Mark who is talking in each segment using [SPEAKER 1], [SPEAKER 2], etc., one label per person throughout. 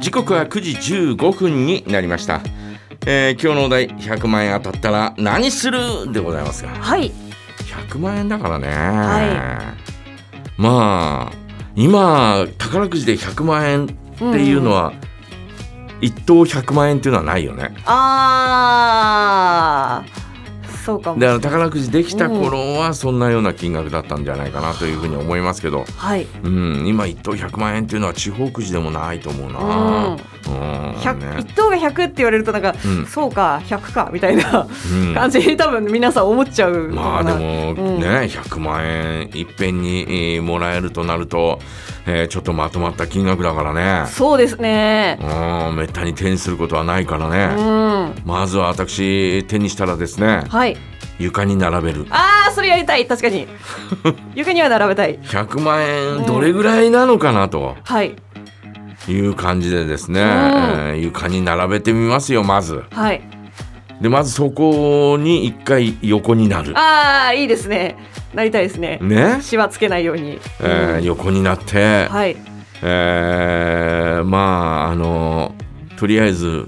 [SPEAKER 1] 時刻は9時15分になりました、えー今日のお題100万円当たったら何するでございますが
[SPEAKER 2] はい
[SPEAKER 1] 100万円だからね、
[SPEAKER 2] は
[SPEAKER 1] まあ今宝くじで100万円っていうのは、一等100万円っていうのはないよね
[SPEAKER 2] あーそうかも
[SPEAKER 1] であの宝くじできた頃はそんなような金額だったんじゃないかなというふうに思いますけど、
[SPEAKER 2] はい
[SPEAKER 1] うん、今一等100万円っていうのは地方くじでもないと思う
[SPEAKER 2] うん
[SPEAKER 1] な、うん
[SPEAKER 2] 100
[SPEAKER 1] ね
[SPEAKER 2] 一等が100って言われるとなんか、
[SPEAKER 1] うん
[SPEAKER 2] そうか100かみたいな
[SPEAKER 1] うん
[SPEAKER 2] 感じに多分皆さん思っちゃうのか
[SPEAKER 1] ま
[SPEAKER 2] な
[SPEAKER 1] あでも
[SPEAKER 2] うん
[SPEAKER 1] ね、100万円いっぺんにえーもらえるとなると、えーちょっとまとまった金額だからね
[SPEAKER 2] そうですね
[SPEAKER 1] うんめったに手にすることはないか
[SPEAKER 2] う
[SPEAKER 1] らね、
[SPEAKER 2] ん
[SPEAKER 1] まずは私手にしたらですね
[SPEAKER 2] はい
[SPEAKER 1] 床に並べる
[SPEAKER 2] あーそれやりたい確 かに床には並べたい
[SPEAKER 1] 100万円どれぐらいなのかなと
[SPEAKER 2] はい
[SPEAKER 1] いう感じでですね、
[SPEAKER 2] ん
[SPEAKER 1] えー床に並べてみますよまず
[SPEAKER 2] はい
[SPEAKER 1] でまずそこに一回横になる
[SPEAKER 2] あーいいですねなりたいですね
[SPEAKER 1] ね、
[SPEAKER 2] シワつけないように、
[SPEAKER 1] えー
[SPEAKER 2] うん
[SPEAKER 1] 横になって、
[SPEAKER 2] はい
[SPEAKER 1] えーまああのとりあえず、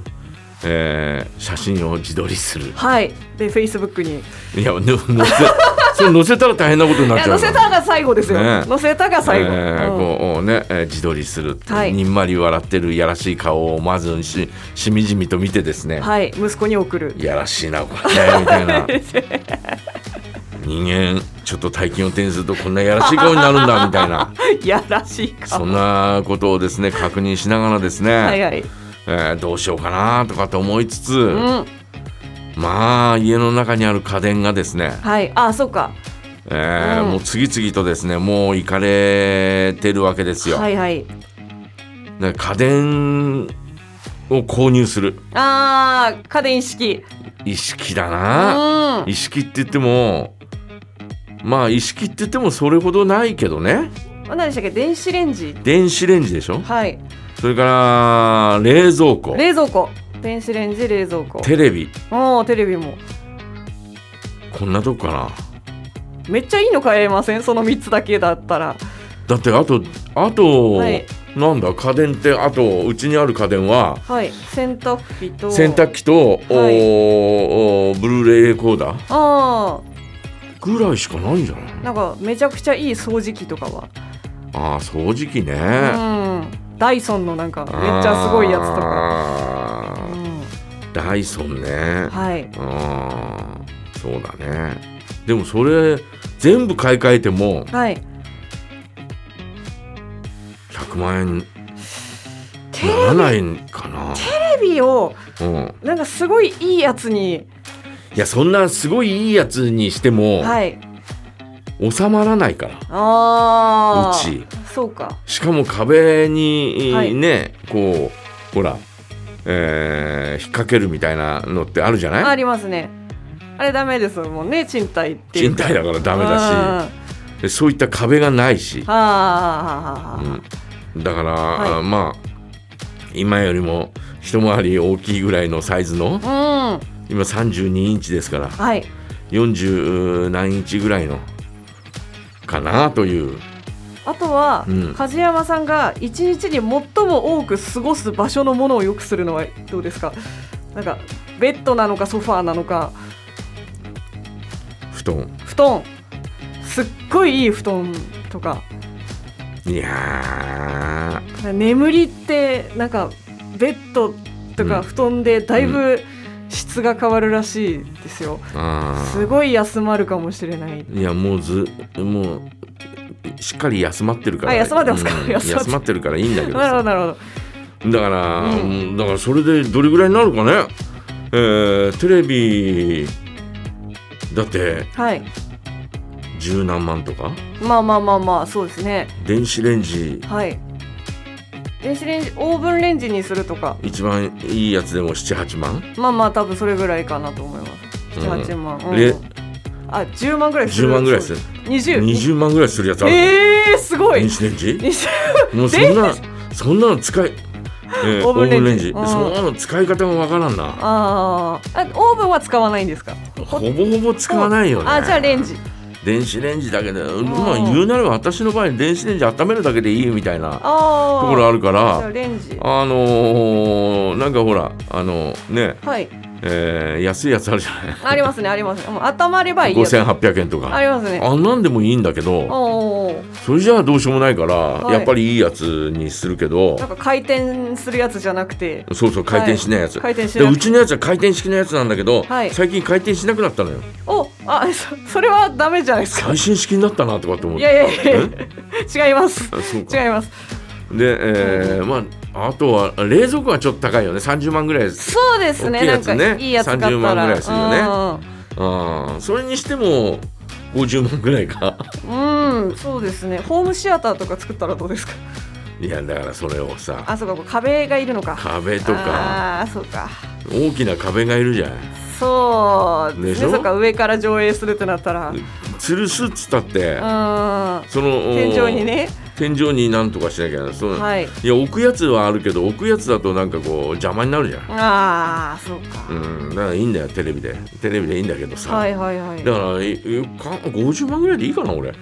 [SPEAKER 1] えー写真を自撮りする
[SPEAKER 2] はいでフェイスブックにい
[SPEAKER 1] いやの載せそれ載せたら大変なことになっ
[SPEAKER 2] や
[SPEAKER 1] ちゃう
[SPEAKER 2] 載
[SPEAKER 1] の
[SPEAKER 2] せたが最後ですよ、
[SPEAKER 1] ね
[SPEAKER 2] 載せたが最後、
[SPEAKER 1] えー
[SPEAKER 2] うん
[SPEAKER 1] こうね、えー自撮りする、
[SPEAKER 2] はい
[SPEAKER 1] にんまり笑ってるやらしい顔をまずししみじみと見てですね、
[SPEAKER 2] はい息子に送る
[SPEAKER 1] やらしいなこれねみたいな人間ちょっと大金を手にするとこんなやらしい顔になるんだみたいな
[SPEAKER 2] やらしいか
[SPEAKER 1] そんなことをですね確認しながらですね、
[SPEAKER 2] はいはい、
[SPEAKER 1] えーどうしようかなとかと思いつつ、
[SPEAKER 2] うん、
[SPEAKER 1] まあ家の中にある家電がですね、
[SPEAKER 2] はいあそうか
[SPEAKER 1] えー
[SPEAKER 2] うん
[SPEAKER 1] もう次々とですねもう行かれてるわけですよ、
[SPEAKER 2] はいはい
[SPEAKER 1] だから家電を購入する
[SPEAKER 2] あー家電一式
[SPEAKER 1] 意識だ
[SPEAKER 2] う
[SPEAKER 1] な、
[SPEAKER 2] ん
[SPEAKER 1] 意識って言ってもまあ意識って言ってもそれほどないけどね
[SPEAKER 2] 何でしたっけ電子レンジ
[SPEAKER 1] 電子レンジでしょ
[SPEAKER 2] はい
[SPEAKER 1] それから冷蔵庫
[SPEAKER 2] 冷蔵庫電子レンジ冷蔵庫
[SPEAKER 1] テレビ
[SPEAKER 2] おーテレビも
[SPEAKER 1] こんなとこかな
[SPEAKER 2] めっちゃいいの買えませんその3つだけだったら
[SPEAKER 1] だってあとあと、
[SPEAKER 2] はい
[SPEAKER 1] なんだ家電ってあとうちにある家電は
[SPEAKER 2] はい洗濯機と
[SPEAKER 1] 洗濯機と、
[SPEAKER 2] はい
[SPEAKER 1] おおブルーレイレコーダー
[SPEAKER 2] あ
[SPEAKER 1] ぐらいしかないんじゃない
[SPEAKER 2] ーなんかめちゃくちゃいい掃除機とかは
[SPEAKER 1] ああ掃除機ね、
[SPEAKER 2] うんダイソンのなんかめっちゃすごいやつとか、
[SPEAKER 1] か
[SPEAKER 2] うん、
[SPEAKER 1] ダイソンね、
[SPEAKER 2] はい
[SPEAKER 1] ああそうだねでもそれ全部買い替えても
[SPEAKER 2] はい
[SPEAKER 1] 100万円
[SPEAKER 2] テ
[SPEAKER 1] ならないんかな、
[SPEAKER 2] レビを
[SPEAKER 1] うん、
[SPEAKER 2] なんかすごいいいやつに
[SPEAKER 1] いやそんなすごいいいやつにしても、
[SPEAKER 2] はい
[SPEAKER 1] 収まらないから
[SPEAKER 2] ああ
[SPEAKER 1] うち
[SPEAKER 2] そうか
[SPEAKER 1] しかも壁に、
[SPEAKER 2] はい
[SPEAKER 1] ねこうほら、えー引っ掛けるみたいなのってあるじゃ
[SPEAKER 2] あ
[SPEAKER 1] ない
[SPEAKER 2] りますねあれダメですもんね賃貸ってい
[SPEAKER 1] 賃
[SPEAKER 2] う
[SPEAKER 1] 貸だからダメだ
[SPEAKER 2] だし
[SPEAKER 1] しでそういった壁がないし、
[SPEAKER 2] あー
[SPEAKER 1] うん、だから、
[SPEAKER 2] はい
[SPEAKER 1] あまあ今よりも一回り大きいぐらいのサイズの
[SPEAKER 2] うん
[SPEAKER 1] 今32インチですから
[SPEAKER 2] はい
[SPEAKER 1] 40何インチぐらいのかなという
[SPEAKER 2] あとは、
[SPEAKER 1] うん
[SPEAKER 2] 梶山さんが一日に最も多く過ごす場所のものをよくするのはどうですかなんかベッドなのかソファーなのか
[SPEAKER 1] 布団
[SPEAKER 2] 布団すっごいいい布団とか
[SPEAKER 1] いや
[SPEAKER 2] 眠りってなんかベッドと
[SPEAKER 1] う
[SPEAKER 2] か
[SPEAKER 1] ん
[SPEAKER 2] 布団でだいぶ質が変わるらしいですよ、
[SPEAKER 1] ーあー
[SPEAKER 2] すごい休まるかもしれない
[SPEAKER 1] いやもうずもうしっかり休まってるから
[SPEAKER 2] あ休まってますか
[SPEAKER 1] うん
[SPEAKER 2] 休まって
[SPEAKER 1] 休まってるからいいんだけど
[SPEAKER 2] なるほど
[SPEAKER 1] さ
[SPEAKER 2] なるほど
[SPEAKER 1] だから、
[SPEAKER 2] う
[SPEAKER 1] うんだからそれでどれぐらいになるかねえーテレビだって
[SPEAKER 2] はい
[SPEAKER 1] 十何万とか
[SPEAKER 2] まあまあまあまあそうですね
[SPEAKER 1] 電子レンジ
[SPEAKER 2] はい電子レンジオーブンレンジにするとか
[SPEAKER 1] 一番いいやつでも78万
[SPEAKER 2] まあまあ多分それぐらいかなと思います
[SPEAKER 1] うん
[SPEAKER 2] 78万、うん
[SPEAKER 1] れ
[SPEAKER 2] あ10万ぐらいす
[SPEAKER 1] 10
[SPEAKER 2] る
[SPEAKER 1] 万ぐらいする
[SPEAKER 2] 20
[SPEAKER 1] 20万ぐらいするやつある、
[SPEAKER 2] えー、すごい
[SPEAKER 1] 電子レンジ
[SPEAKER 2] 20
[SPEAKER 1] もうそんなそんなの使い、えー
[SPEAKER 2] オ
[SPEAKER 1] オ
[SPEAKER 2] ーブ
[SPEAKER 1] ー
[SPEAKER 2] ン
[SPEAKER 1] ブン
[SPEAKER 2] レ
[SPEAKER 1] レ
[SPEAKER 2] ン
[SPEAKER 1] ン
[SPEAKER 2] ジ
[SPEAKER 1] ジ、
[SPEAKER 2] うん
[SPEAKER 1] そんなの使い方がわからんな
[SPEAKER 2] あーあオーブンは使わないんですか
[SPEAKER 1] ほぼほぼ使わないよね
[SPEAKER 2] あじゃあレンジ
[SPEAKER 1] 電子レンジだけで、まあ、言うなれば私の場合電子レンジ温めるだけでいいみたいなと
[SPEAKER 2] ああ
[SPEAKER 1] ころあるか
[SPEAKER 2] じゃあ
[SPEAKER 1] ら
[SPEAKER 2] レンジ
[SPEAKER 1] あのーなんかほらあのね、
[SPEAKER 2] はい
[SPEAKER 1] えー安いやつあるじゃない
[SPEAKER 2] ありますねありますねもう頭あればいいやつ
[SPEAKER 1] 5800円とか
[SPEAKER 2] ありますね
[SPEAKER 1] あんなんでもいいんだけど
[SPEAKER 2] おー
[SPEAKER 1] それじゃあどうしようもないから、
[SPEAKER 2] い
[SPEAKER 1] やっぱりいいやつにするけど
[SPEAKER 2] なんか回転するやつじゃなくて
[SPEAKER 1] そうそう回転しないやつ、
[SPEAKER 2] 回転し
[SPEAKER 1] で
[SPEAKER 2] な
[SPEAKER 1] う
[SPEAKER 2] くて
[SPEAKER 1] ちのやつは回転式のやつなんだけど、
[SPEAKER 2] はい
[SPEAKER 1] 最近回転しなくなったのよ
[SPEAKER 2] おあそそれはダメじゃないですか
[SPEAKER 1] 最新式になったなとかって思っ
[SPEAKER 2] い
[SPEAKER 1] て
[SPEAKER 2] やいやいや違います
[SPEAKER 1] あそうか
[SPEAKER 2] 違います
[SPEAKER 1] で、えーまああとは冷蔵庫はちょっと高いよね30万ぐらいです
[SPEAKER 2] そうです
[SPEAKER 1] 大
[SPEAKER 2] ね
[SPEAKER 1] きいや
[SPEAKER 2] なん
[SPEAKER 1] つ
[SPEAKER 2] か
[SPEAKER 1] ね
[SPEAKER 2] いいやつ買ったら
[SPEAKER 1] 30万ぐらいするよね
[SPEAKER 2] ね
[SPEAKER 1] あーそれにしても50万ぐらいか
[SPEAKER 2] うんうんそうですねホームシアターとか作ったらどうですか
[SPEAKER 1] いやだからそれをさ
[SPEAKER 2] あそうかこう壁がいるのか
[SPEAKER 1] 壁とか
[SPEAKER 2] あーそうか
[SPEAKER 1] 大きな壁がいるじゃない
[SPEAKER 2] そうで
[SPEAKER 1] でし
[SPEAKER 2] すね
[SPEAKER 1] ょ
[SPEAKER 2] そうか上から上映するってなったらう
[SPEAKER 1] 吊るすっつったって
[SPEAKER 2] ん
[SPEAKER 1] その
[SPEAKER 2] 天井にね
[SPEAKER 1] 天井になんとかしなきゃその、い、
[SPEAKER 2] はい
[SPEAKER 1] や置くやつはあるけど置くやつだとなんかこう邪魔になるじゃん
[SPEAKER 2] ああそうか
[SPEAKER 1] うんだからいいんだよテレビでテレビでいいんだけどさ、
[SPEAKER 2] はいはいはい
[SPEAKER 1] だからいいか50万ぐらいでいいかな俺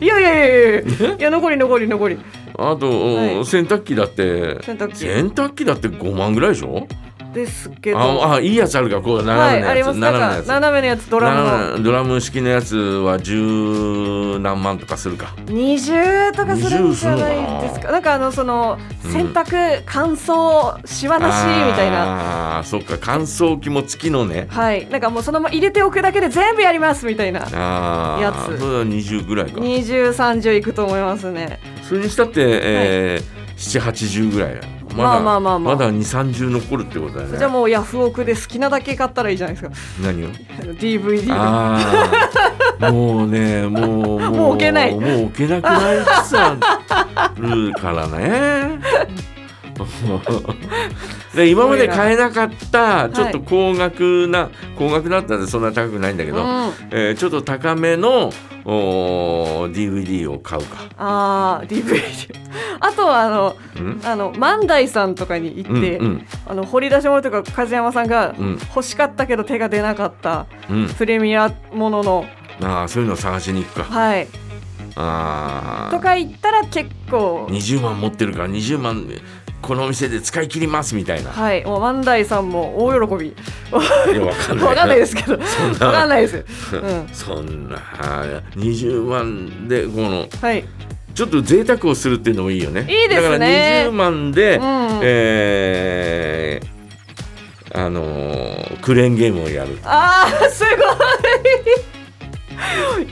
[SPEAKER 2] いやいやいやいやいや残り残り残り
[SPEAKER 1] あと、
[SPEAKER 2] はい
[SPEAKER 1] 洗濯機だって
[SPEAKER 2] 洗濯機
[SPEAKER 1] 洗濯機だって5万ぐらいでしょ
[SPEAKER 2] ですけど
[SPEAKER 1] ああいいやつあるかこう
[SPEAKER 2] は
[SPEAKER 1] 斜め
[SPEAKER 2] い
[SPEAKER 1] の
[SPEAKER 2] あり
[SPEAKER 1] やつ、
[SPEAKER 2] ます
[SPEAKER 1] 斜めの
[SPEAKER 2] なん
[SPEAKER 1] や
[SPEAKER 2] か
[SPEAKER 1] つ
[SPEAKER 2] 斜めのやつドラムの
[SPEAKER 1] 斜めドラム式のやつは十何万とかするか
[SPEAKER 2] 20とかするんじゃないで
[SPEAKER 1] 20
[SPEAKER 2] す
[SPEAKER 1] するのか
[SPEAKER 2] かなんかあのその洗濯乾燥しわなしみたいな、
[SPEAKER 1] なあーそっか乾燥機も月のね
[SPEAKER 2] はいなんかもうそのまま入れておくだけで全部やりますみたいな
[SPEAKER 1] ああ
[SPEAKER 2] やつ
[SPEAKER 1] それは20ぐらいか
[SPEAKER 2] 2030いくと思いますね
[SPEAKER 1] それにしたって、えー780ぐらいだよまだ
[SPEAKER 2] まあまあまあまあ
[SPEAKER 1] だ2 3 0残るってことだよね
[SPEAKER 2] じゃあもうヤフオクで好きなだけ買ったらいいじゃないですか
[SPEAKER 1] 何を
[SPEAKER 2] あの DVD であ
[SPEAKER 1] ああもうねもうも
[SPEAKER 2] もう置けない
[SPEAKER 1] もう置けなくなりつつあるからね で今まで買えなかった
[SPEAKER 2] い
[SPEAKER 1] ちょっと高額な、高額だったんでそんな高くないんだけど、
[SPEAKER 2] うん、
[SPEAKER 1] えーちょっと高めのおー DVD を買うか。
[SPEAKER 2] あー DVD あとはあの
[SPEAKER 1] うん
[SPEAKER 2] あの万代さんとかに行
[SPEAKER 1] うん
[SPEAKER 2] って、
[SPEAKER 1] うん
[SPEAKER 2] あの掘り出し物とか風山さんが
[SPEAKER 1] うん
[SPEAKER 2] 欲しかったけど手が出なかった
[SPEAKER 1] うん、
[SPEAKER 2] プレミアものの
[SPEAKER 1] ああそういうの探しに行くか。
[SPEAKER 2] はい
[SPEAKER 1] あ
[SPEAKER 2] とか言ったら結構
[SPEAKER 1] 二20万持ってるから20万このお店で使い切りますみたいな。
[SPEAKER 2] はいもう万代さんも大喜び
[SPEAKER 1] いやわかんない。
[SPEAKER 2] わかんないですけどわかんないです、うん、
[SPEAKER 1] そんな20万でこの
[SPEAKER 2] はい
[SPEAKER 1] ちょっと贅沢をするっていうのもいいよね。
[SPEAKER 2] いいですね
[SPEAKER 1] だから20万で、
[SPEAKER 2] うん
[SPEAKER 1] えーあのークレーンゲームをやる。
[SPEAKER 2] あーすごい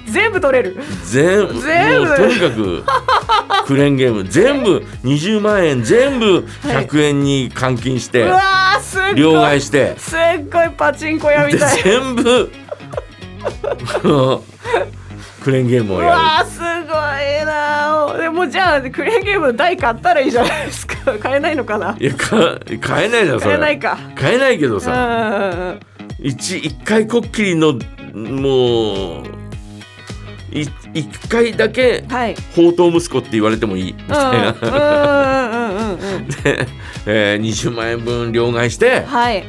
[SPEAKER 2] 全部取れる
[SPEAKER 1] 全部
[SPEAKER 2] 全部
[SPEAKER 1] もうとにかく クレーンゲーム全部20万円全部100円に換金し
[SPEAKER 2] う
[SPEAKER 1] て、
[SPEAKER 2] わーすっごい
[SPEAKER 1] 両替して
[SPEAKER 2] すっごいパチンコ屋み
[SPEAKER 1] で
[SPEAKER 2] たい
[SPEAKER 1] 全部クレーンゲーム
[SPEAKER 2] う
[SPEAKER 1] をやる。
[SPEAKER 2] わーすごいなーでもじゃあクレーンゲームの台買ったらいいじゃないですか買えないのかない
[SPEAKER 1] やか買えないじゃんそ
[SPEAKER 2] 買
[SPEAKER 1] れ
[SPEAKER 2] えないか
[SPEAKER 1] 買えないけど
[SPEAKER 2] うん
[SPEAKER 1] さ、
[SPEAKER 2] うんうん
[SPEAKER 1] 一一回こっきりのもうい一回だけ
[SPEAKER 2] はい
[SPEAKER 1] 宝刀息子って言われてもいいみ
[SPEAKER 2] う
[SPEAKER 1] たいな、
[SPEAKER 2] んうんうんうんうんうん
[SPEAKER 1] えー、20万円分両替して
[SPEAKER 2] はい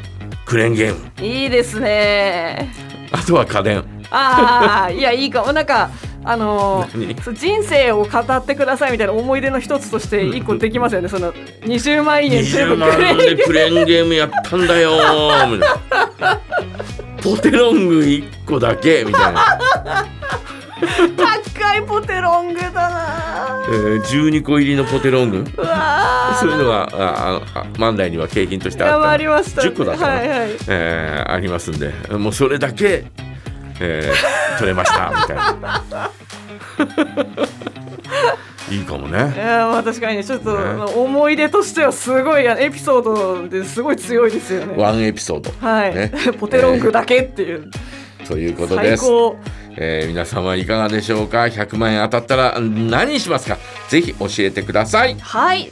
[SPEAKER 1] クレーンゲーム
[SPEAKER 2] いいですね
[SPEAKER 1] あとは家電
[SPEAKER 2] ああいやいいかもなんかあのー
[SPEAKER 1] 何
[SPEAKER 2] そう人生を語ってくださいみたいな思い出の一つとして一個できますよねその20万円
[SPEAKER 1] 20
[SPEAKER 2] 全部
[SPEAKER 1] 万
[SPEAKER 2] くれ
[SPEAKER 1] 円でクレーンゲームやったんだよーみたいなポテロング1個だけみたいな、
[SPEAKER 2] 高いポテロングだな
[SPEAKER 1] えー、12個入りのポテロング
[SPEAKER 2] うわ
[SPEAKER 1] そういう
[SPEAKER 2] ー
[SPEAKER 1] のがあああ万代には景品としてあった
[SPEAKER 2] 頑張りました
[SPEAKER 1] 10個だから、
[SPEAKER 2] はいはい
[SPEAKER 1] えーありますんでもうそれだけ、えー取れましたみたいな いいかも
[SPEAKER 2] い
[SPEAKER 1] ね
[SPEAKER 2] やーまあ確かにちょっと、
[SPEAKER 1] ね
[SPEAKER 2] まあ思い出としてはすごいあのエピソードですごい強いですよね
[SPEAKER 1] ワンエピソード
[SPEAKER 2] はい、
[SPEAKER 1] ね
[SPEAKER 2] ポテロングだけっていう、
[SPEAKER 1] ということで
[SPEAKER 2] 最
[SPEAKER 1] す、
[SPEAKER 2] 高
[SPEAKER 1] えー皆様いかがでしょうか100万円当たったら何にしますかぜひ教えてください
[SPEAKER 2] はい